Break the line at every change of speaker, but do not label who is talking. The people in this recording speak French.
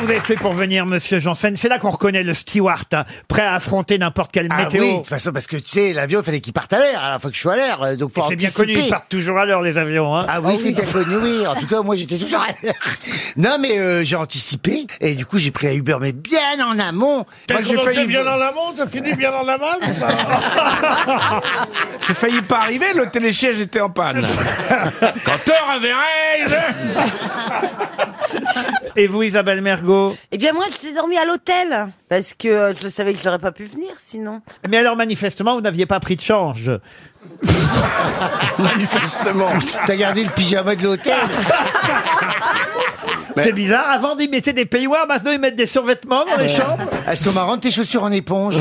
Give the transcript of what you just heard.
vous avez fait pour venir, monsieur Janssen C'est là qu'on reconnaît le steward, hein, prêt à affronter n'importe quelle
Ah
météo.
oui, de toute façon, parce que tu sais, l'avion, il fallait qu'il parte à l'air, à la fois que je suis à l'air, euh, donc
Et
faut
c'est bien
anticiper.
connu, ils partent toujours à l'heure, les avions. Hein.
Ah oui, c'est bien connu, oui. En tout cas, moi, j'étais toujours à l'air. Non, mais euh, j'ai anticipé, et du coup, j'ai pris un Uber, mais bien en amont. Moi, j'ai failli...
bien dans l'amont, ça finit bien dans la
J'ai failli pas arriver, le télésiège était en panne. Quand te reverrai-je
Et vous, Isabelle Mergot
Eh bien moi, j'ai dormi à l'hôtel parce que euh, je savais que j'aurais pas pu venir sinon.
Mais alors, manifestement, vous n'aviez pas pris de change.
Manifestement.
T'as gardé le pyjama de l'hôtel
C'est bizarre. Avant, ils mettaient
Ah.
des peignoirs, maintenant, ils mettent des survêtements dans les chambres.
Elles sont marrantes, tes chaussures en éponge.